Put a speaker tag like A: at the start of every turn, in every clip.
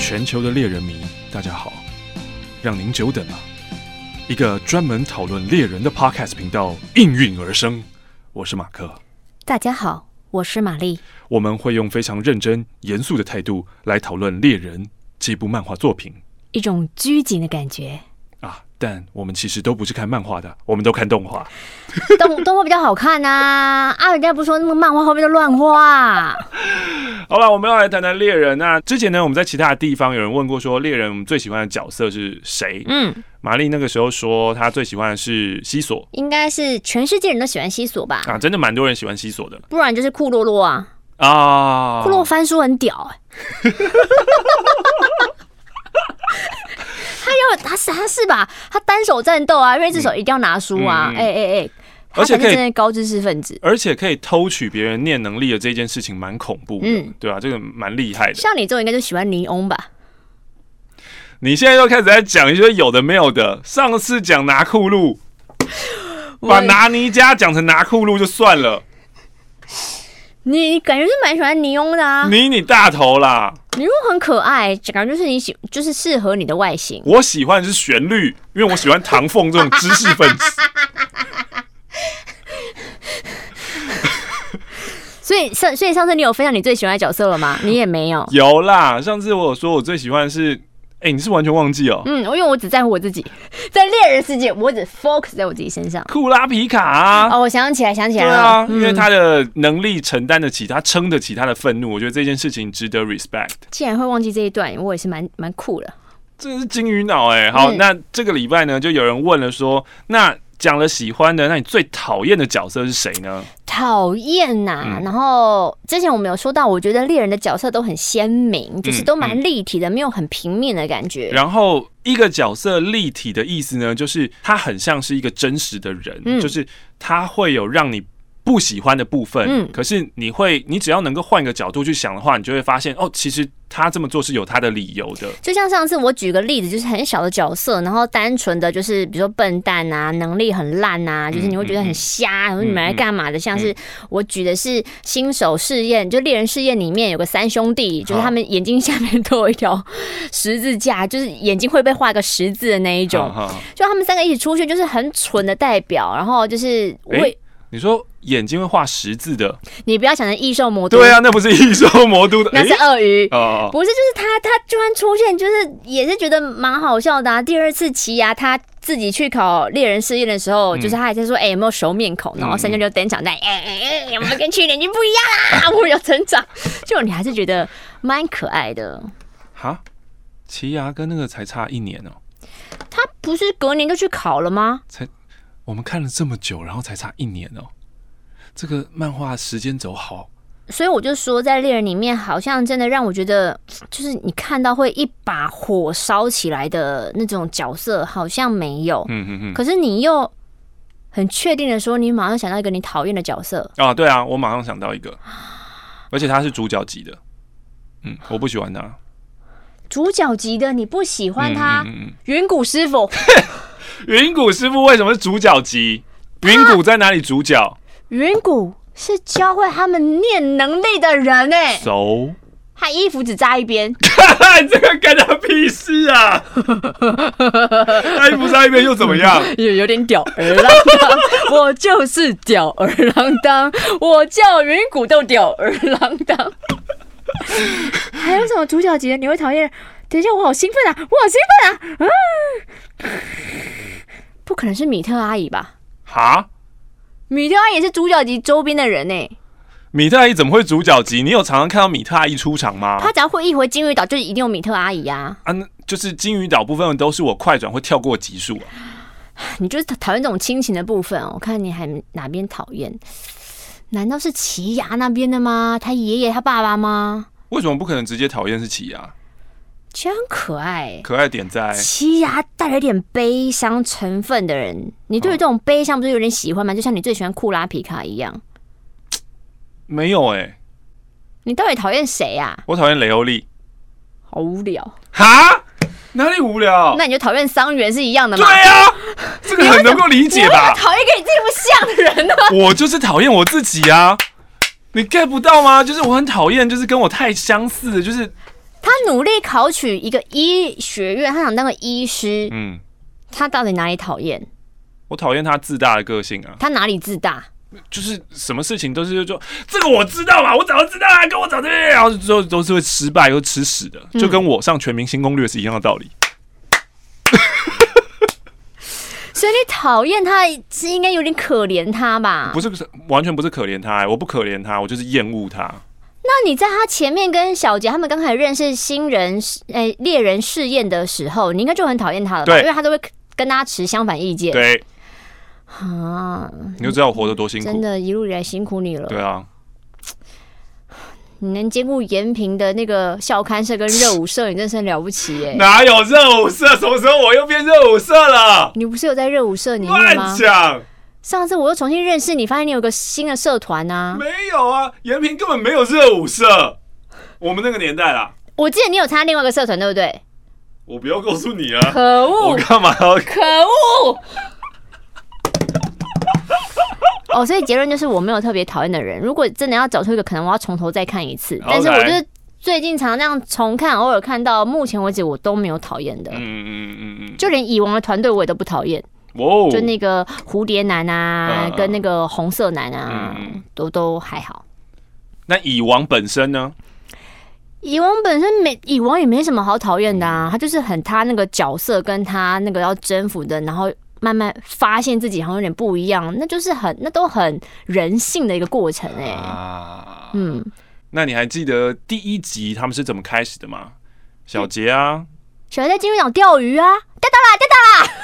A: 全球的猎人迷，大家好，让您久等了。一个专门讨论猎人的 Podcast 频道应运而生，我是马克。
B: 大家好，我是玛丽。
A: 我们会用非常认真、严肃的态度来讨论猎人这部漫画作品
B: 一种拘谨的感觉，
A: 啊，但我们其实都不是看漫画的，我们都看动画。
B: 动动画比较好看呐、啊。人家不是说那个漫画后面都乱画，啊
A: 好了，我们要来谈谈猎人。那之前呢，我们在其他的地方有人问过说，猎人最喜欢的角色是谁？
B: 嗯，
A: 玛丽那个时候说她最喜欢的是西索
B: 应该是全世界人都喜欢西索吧，
A: 啊，真的蛮多人喜欢西索的
B: 不然就是库洛洛啊。
A: 啊
B: 库。洛翻书很屌、欸，他要他是他是吧？他单手战斗啊，因为这手一定要拿书啊
A: 嗯，嗯
B: 哎哎哎，他
A: 而且
B: 才
A: 可以
B: 是真的高知识分子。
A: 而且可以偷取别人念能力的这件事情蛮恐怖的，
B: 嗯
A: 对啊，这个蛮厉害的。
B: 像你这种应该就喜欢尼翁吧？
A: 你现在又开始在讲一些有的没有的，上次讲拿库路，把
B: 我
A: 拿尼加讲成拿库路就算了，
B: 你你感觉是蛮喜欢尼翁的啊，
A: 你你大头啦！
B: 尼翁很可爱，感觉就是你喜就是适合你的外形。
A: 我喜欢的是旋律，因为我喜欢唐凤这种知识分 子。
B: 所以上所以上次你有分享你最喜欢的角色 了吗？你也没有。
A: 有啦，上次我有说我最喜欢的是，哎、你是完全忘记哦，
B: 嗯，因为我只在乎我自己， 在猎人世界，我只 focus 在我自己身上。
A: 库拉皮卡、啊。
B: 哦，我想起来，想起来
A: 对
B: 了。
A: 啊，
B: 嗯
A: 因为他的能力承担得起，他撑得起他的愤怒，我觉得这件事情值得 respect。
B: 既然会忘记这一段，我也是蛮蛮酷的。
A: 真是金鱼脑哎、好，
B: 嗯
A: 那这个礼拜呢，就有人问了说，那讲了喜欢的，那你最讨厌的角色是谁呢？
B: 讨厌呐！
A: 嗯
B: 然后之前我们有说到，我觉得猎人的角色都很鲜明，
A: 嗯
B: 就是都蛮立体的，没有很平面的感觉。
A: 然后一个角色立体的意思呢，就是他很像是一个真实的人，
B: 嗯
A: 就是他会有让你。不喜欢的部分，
B: 嗯
A: 可是你会，你只要能够换个角度去想的话，你就会发现，哦，其实他这么做是有他的理由的。
B: 就像上次我举个例子，就是很小的角色，然后单纯的就是比如说笨蛋啊，能力很烂啊，就是你会
A: 嗯
B: 觉得很瞎，然后你们来干嘛的？像是我举的是新手试验，就猎人试验里面有个三兄弟，就是他们眼睛下面 都有一条十字架，就是眼睛会被画个十字的那一种。
A: 啊哈哈
B: 就他们三个一起出去，就是很蠢的代表，然后就是为、
A: 诶你说眼睛会画十字的，
B: 你不要想成异兽魔都，
A: 对啊，那不是异兽魔都的，
B: 那是
A: 诶
B: 鳄鱼。
A: 哦，
B: 不是，就是他，他突然出现，就是也是觉得蛮好笑的、啊。第二次奇牙他自己去考猎人试验的时候，就是他还在说，哎、有没有熟面孔？然后三舅六登场在，哎哎哎，我们跟去年已经不一样啦，我 有成长。就你还是觉得蛮可爱的。
A: 哈，奇牙跟那个才差一年哦、
B: 他不是隔年就去考了吗？
A: 我们看了这么久，然后才差一年哦、这个漫画时间轴好，
B: 所以我就说，在猎人里面，好像真的让我觉得，就是你看到会一把火烧起来的那种角色，好像没有。
A: 嗯嗯
B: 可是你又很确定的说，你马上想到一个你讨厌的角色，
A: 嗯，啊，对啊，我马上想到一个，而且他是主角级的，嗯，我不喜欢他，
B: 主角级的你不喜欢他，
A: 嗯嗯
B: 远古师 傅，
A: 嗯，云谷师傅为什么是主角级？云谷在哪里主角
B: 远古是教会他们念能力的人哎、
A: ？So，
B: 他衣服只扎一边，
A: 这个干他屁事啊！他衣服上一边又怎么 样？
B: 有有点吊儿郎当， 我就是吊儿郎当，我叫云古都吊儿郎 当。还有什么主角级的你会讨厌？等一下，我好兴奋啊！我好兴奋啊！啊，不可能是米特阿姨吧？
A: 哈，
B: 米特阿姨也是主角级周边的人呢、
A: 米特阿姨怎么会主角级？你有常常看到米特阿姨出场吗？
B: 她只要会一回金鱼岛，就一定有米特阿姨啊！
A: 啊，那就是金鱼岛部分都是我快转会跳过集数、啊。
B: 你就是讨厌这种亲情的部分哦。我看你还哪边讨厌？难道是奇牙那边的吗？他爷爷、他爸爸吗？
A: 为什么不可能直接讨厌是奇牙？
B: 其实很可爱、
A: 可爱点在
B: 奇牙带了一点悲伤成分的人，你对于这种悲伤不是有点喜欢吗？就像你最喜欢库拉皮卡一样，
A: 没有哎、
B: 你到底讨厌谁啊？
A: 我讨厌雷欧利。
B: 好无聊，
A: 哈？哪里无聊？
B: 那你就讨厌伤员是一样的
A: 对
B: 吗？
A: 啊，这个很能够理
B: 你为
A: 解
B: 什么
A: 吧？
B: 讨厌跟你自己不像的人呢、哦
A: 我就是讨厌我自己啊！你 get 不到吗？就是我很讨厌，就是跟我太相似的，就是
B: 他努力考取一个医学院，他想当个医师，
A: 嗯，
B: 他到底哪里讨厌？
A: 我讨厌他自大的个性啊，
B: 他哪里自大？
A: 就是什么事情都是就说这个我知道嘛，我早就知道啊，跟我早就，然后之后都是会失败又吃屎的，
B: 嗯
A: 就跟我上《全明星攻略》是一样的道理。
B: 所以你讨厌他是应该有点可怜他吧？
A: 不是不是，完全不是可怜他、我不可怜他，我就是厌恶他。
B: 那你在他前面跟小杰他们刚开始认识新人诶猎、人试验的时候，你应该就很讨厌他了吧？
A: 对
B: 因为他都会跟大家持相反意见。
A: 对，
B: 啊，
A: 你就知道我活得多辛
B: 真
A: 苦。
B: 的，一路以来辛苦你了。
A: 对啊，
B: 你能兼顾延平的那个校刊社跟热舞社，你真是很了不起耶、
A: 哪有热舞社？什么时候我又变热舞社了？
B: 你不是有在热舞社里面
A: 乱
B: 吗？
A: 讲，
B: 上次我又重新认识你，发现你有个新的社团啊。
A: 没有啊，延平根本没有热舞社。我们那个年代啦，
B: 我记得你有参加另外一个社团，对不对？
A: 我不要告诉你 啊，
B: 可
A: 我
B: 恶，
A: 干嘛要？
B: 可恶！ 哦，所以结论就是我没有特别讨厌的人。如果真的要找出一个，可能我要从头再看一次。但是我
A: OK
B: 就是最近常常这样重看，偶尔看到，目前为止我都没有讨厌的。
A: 嗯嗯嗯嗯嗯，
B: 就连蚁王的团队我也都不讨厌，
A: 哇哦，
B: 就那个蝴蝶男啊
A: 嗯，嗯
B: 跟那个红色男啊
A: 嗯嗯，
B: 都都还好。
A: 那蚁王本身呢？
B: 蚁王本身没，蚁王也没什么好讨厌
A: 嗯
B: 的啊，他就是很他那个角色跟他那个要征服的，然后慢慢发现自己好像有点不一样，那就是很那都很人性的一个过程哎、
A: 啊，
B: 嗯，
A: 那你还记得第一集他们是怎么开始的吗？小
B: 嗯
A: 杰啊，
B: 小孩在金鱼岛钓鱼啊，钓到啦，钓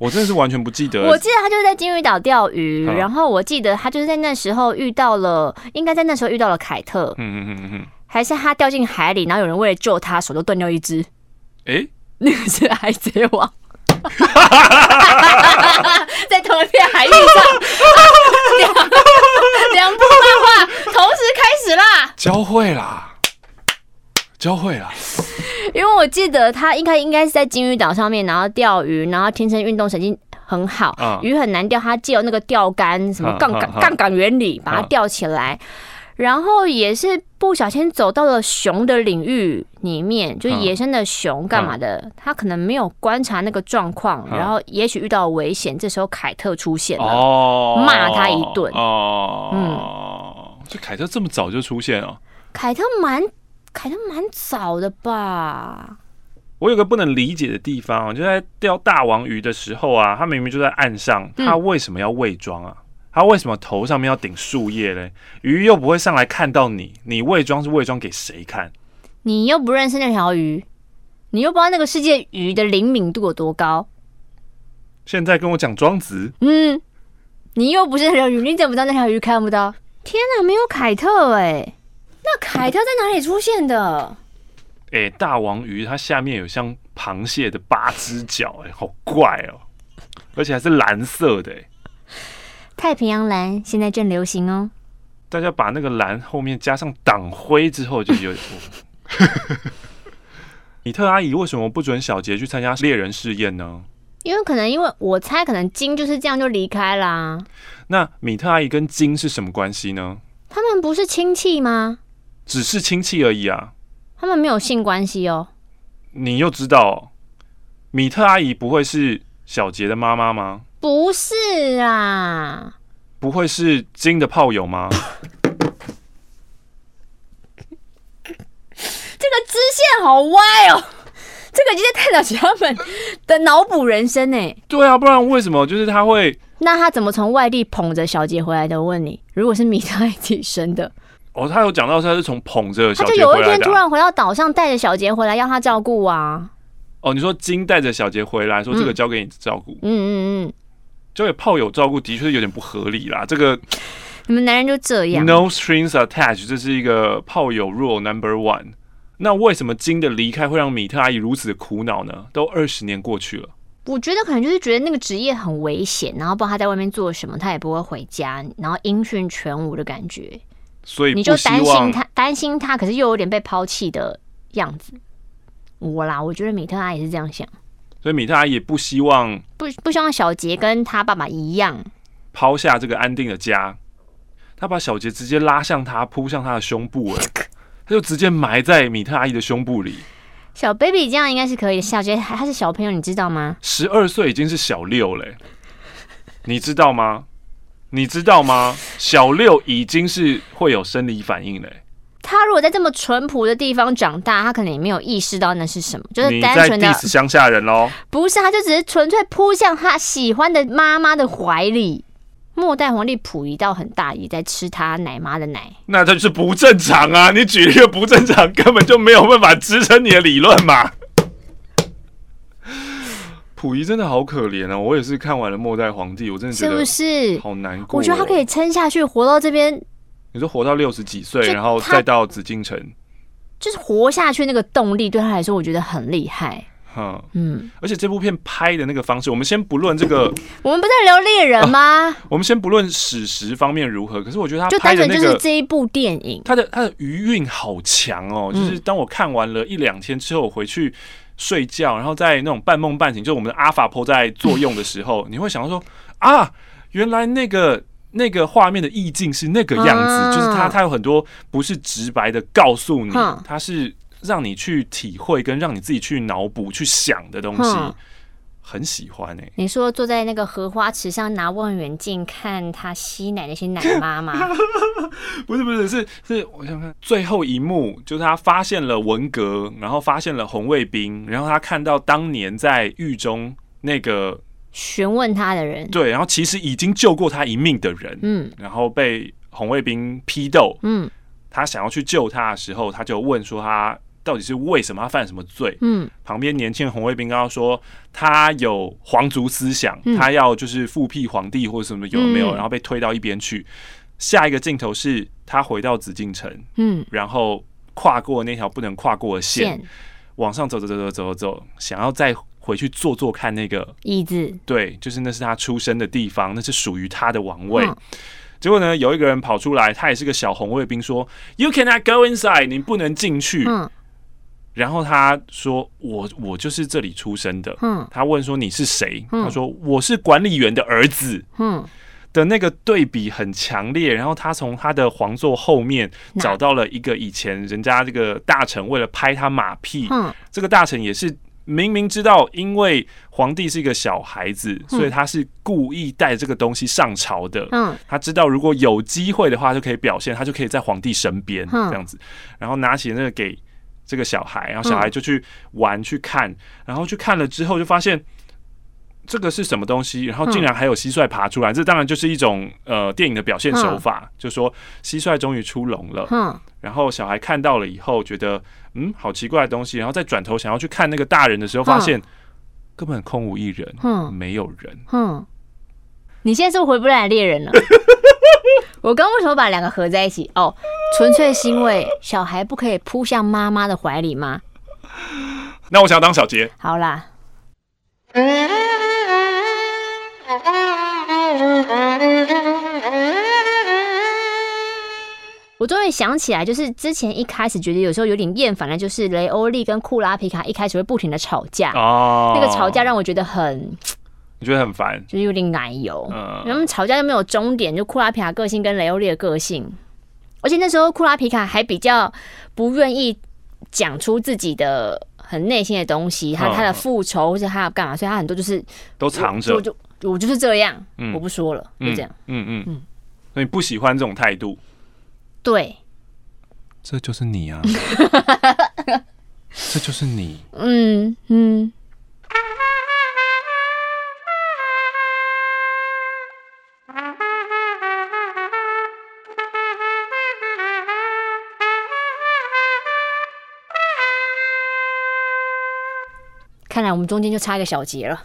A: 我真的是完全不记得。欸
B: 到！我记得他就是在金鱼岛钓鱼，
A: 嗯
B: 然后我记得他就是在那时候遇到了，应该在那时候遇到了凯特，
A: 嗯嗯嗯嗯，
B: 还是他掉进海里，然后有人为了救他，手都断掉一只。
A: 哎、
B: 那个是海贼王，在同一片海域上，两两部漫画同时开始啦。
A: 教会啦，教会啦。
B: 因为我记得他应该应该是在金鱼岛上面，然后钓鱼，然后天生运动神经很好，
A: 嗯
B: 鱼很难钓，他借由那个钓竿什么
A: 嗯
B: 杠杆
A: 嗯嗯
B: 杠杆原理把它钓起来。然后也是不小心走到了熊的领域里面，就是野生的熊干嘛的，他可能没有观察那个状况，
A: 嗯
B: 然后也许遇到危险，这时候凯特出现了，
A: 哦，
B: 骂他一顿嗯
A: 哦，这凯特这么早就出现哦。
B: 凯特蛮凯特蛮早的吧？
A: 我有个不能理解的地方哦，就在钓大王鱼的时候啊，他明明就在岸上，
B: 嗯
A: 他为什么要伪装啊？他为什么头上面要顶树叶嘞？鱼又不会上来看到你，你伪装是伪装给谁看？
B: 你又不认识那条鱼，你又不知道那个世界鱼的灵敏度有多高，
A: 现在跟我讲庄子，
B: 嗯，你又不是那条鱼，你怎么知道那条鱼看不到？天哪，没有凯特哎、那凯特在哪里出现的？
A: 诶，哎大王鱼它下面有像螃蟹的八只脚，诶，好怪哦，而且还是蓝色的，哎诶，
B: 太平洋蓝现在正流行哦。
A: 大家把那个蓝后面加上党徽之后，就有。米特阿姨为什么不准小杰去参加猎人试验呢？
B: 因为可能因为我猜，可能金就是这样就离开啦。
A: 那米特阿姨跟金是什么关系呢？
B: 他们不是亲戚吗？
A: 只是亲戚而已啊！
B: 他们没有性关系哦。
A: 你又知道、哦，米特阿姨不会是小杰的妈妈吗？
B: 不是啊啦，
A: 不会是金的炮友吗？
B: 这个支线好歪哦。这个就是探讨起他们的脑补人生欸呢。
A: 对啊，不然为什么就是他会？
B: 那他怎么从外地捧着小杰回来的？我问你，如果是米特自己生的，
A: 哦，他有讲到他是从捧着
B: 他
A: 小
B: 就
A: 杰
B: 有
A: 回
B: 一
A: 来
B: 天
A: 的
B: 突
A: 啊、
B: 然回到岛上，带着小杰回来，要他照顾啊。
A: 哦，你说金带着小杰回来，说这个交给你照顾，
B: 嗯嗯嗯，
A: 交给炮友照顾，的确有点不合理啦。这个
B: 你们男人就这样。
A: No strings attached，这是一个炮友 rule number one。那为什么金的离开会让米特阿姨如此的苦恼呢？都二十年过去了。
B: 我觉得可能就是觉得那个职业很危险，然后不知道他在外面做什么，他也不会回家，然后音讯全无的感觉，
A: 所以
B: 你
A: 不
B: 就
A: 希
B: 担
A: 望
B: 心他，担心他，可是又有点被抛弃的样子。我啦，我觉得米特阿也是这样想，
A: 所以米特阿姨也不希望
B: 不不希望小杰跟他爸爸一样，
A: 抛 下这个安定的家，她把小杰直接拉向她，扑向她的胸部、哎，他就直接埋在米特阿姨的胸部里。
B: 小 baby 这样应该是可以的。小杰他是小朋友，你知道吗？
A: 十二岁已经是小六嘞、你知道吗？你知道吗？小六已经是会有生理反应嘞、
B: 他如果在这么淳朴的地方长大，他可能也没有意识到那是什么，就是
A: 你
B: 单
A: 在
B: 纯的
A: diss 乡下人喽？
B: 不是，他就只是纯粹扑向他喜欢的妈妈的怀里。末代皇帝溥仪到很大也在吃他奶妈的奶，
A: 那这就是不正常啊！你举一个不正常，根本就没有办法支撑你的理论嘛。 溥仪真的好可怜啊！我也是看完了《末代皇帝》，我真的觉
B: 是不
A: 得
B: 是？
A: 好难过哦、
B: 我觉得他可以撑下去，活到这边
A: 你说活到六十几岁，
B: 就
A: 然后
B: 他
A: 再到紫禁城，
B: 就是活下去那个动力，对他来说我觉得很厉害。
A: 哈，
B: 嗯，
A: 而且这部片拍的那个方式，我们先不论这个，
B: 我们不在聊猎人吗？
A: 我们先不论史实方面如何，可是我觉啊得他
B: 就
A: 拍的
B: 单纯
A: 那
B: 就是
A: 个。
B: 这一部电影，
A: 他的他的余韵好强哦，
B: 嗯
A: 就是当我看完了一两天之后，我回去睡觉，然后在那种半梦半醒，就我们的阿法波在作用的时候，你 会想到说啊，原来那个那个画面的意境是那个样子，
B: 啊
A: 就是它它有很多不是直白的告诉你
B: 哼，
A: 它是让你去体会跟让你自己去脑补去想的东西
B: 哼，
A: 很喜欢哎、
B: 你说坐在那个荷花池上拿望远镜看他吸奶那些奶 妈吗？
A: 不是不是是是，我想看最后一幕，就是他发现了文革，然后发现了红卫兵，然后他看到当年在狱中那个
B: 询问他的人，
A: 对，然后其实已经救过他一命的人，
B: 嗯
A: 然后被红卫兵批斗，
B: 嗯
A: 他想要去救他的时候，他就问说他到底是为什么他犯什么罪？
B: 嗯，
A: 旁边年轻的红卫兵跟他说，他有皇族思想，
B: 嗯
A: 他要就是复辟皇帝或者什么有没有，
B: 嗯
A: 然后被推到一边去。下一个镜头是他回到紫禁城，
B: 嗯，
A: 然后跨过那条不能跨过的线，
B: 线
A: 往上走走走走走走，想要再回去坐坐看那个，
B: 椅子，
A: 对，就是那是他出生的地方，那是属于他的王位。
B: 嗯
A: 结果呢，有一个人跑出来，他也是个小红卫兵，说 “You cannot go inside”，你不能进去。
B: 嗯
A: 然后他说：“我我就是这里出生的。”
B: 嗯
A: 他问说：“你是谁？”
B: 嗯
A: 他说：“我是管理员的儿子。”
B: 嗯，
A: 的那个对比很强烈，然后他从他的皇座后面
B: 哪
A: 找到了一个以前人家这个大臣为了拍他马屁，
B: 嗯
A: 这个大臣也是明明知道，因为皇帝是一个小孩子，所以他是故意带这个东西上朝的。
B: 嗯
A: 他知道如果有机会的话，就可以表现，他就可以在皇帝身边
B: 嗯
A: 这样子，然后拿起那个给这个小孩，然后小孩就去玩、去看，然后去看了之后就发现。这个是什么东西？然后竟然还有蟋蟀爬出来，这当然就是一种呃电影的表现手法，就说蟋蟀终于出笼了，
B: 嗯
A: 然后小孩看到了以后，觉得嗯，好奇怪的东西，然后再转头想要去看那个大人的时候，发现、根本空无一人，
B: 嗯
A: 没有人。
B: 嗯，你现在是不是回不来猎 人了？我刚为什么把两个合在一起？哦，纯粹是因为小孩不可以扑向妈妈的怀里吗？
A: 那我想要当小杰，
B: 好啦，我终于想起来，就是之前一开始觉得有时候有点厌烦的，就是雷欧利跟库拉皮卡一开始会不停的吵架，
A: 哦
B: 啊那个吵架让我觉得很
A: 你觉得很烦，
B: 就是有点奶油，
A: 嗯
B: 他们吵架就没有终点，就库拉皮卡个性跟雷欧利的个性，而且那时候库拉皮卡还比较不愿意讲出自己的很内心的东西，他
A: 嗯
B: 他的复仇或者他要干嘛，所以他很多就是
A: 都藏
B: 我
A: 着，
B: 就我就是这样，
A: 嗯
B: 我不说了，就这样。
A: 嗯嗯
B: 嗯
A: 嗯，所以你不喜欢这种态度，
B: 对，
A: 这就是你 啊，这就是你。
B: 嗯嗯，看来我们中间就差一个小节了。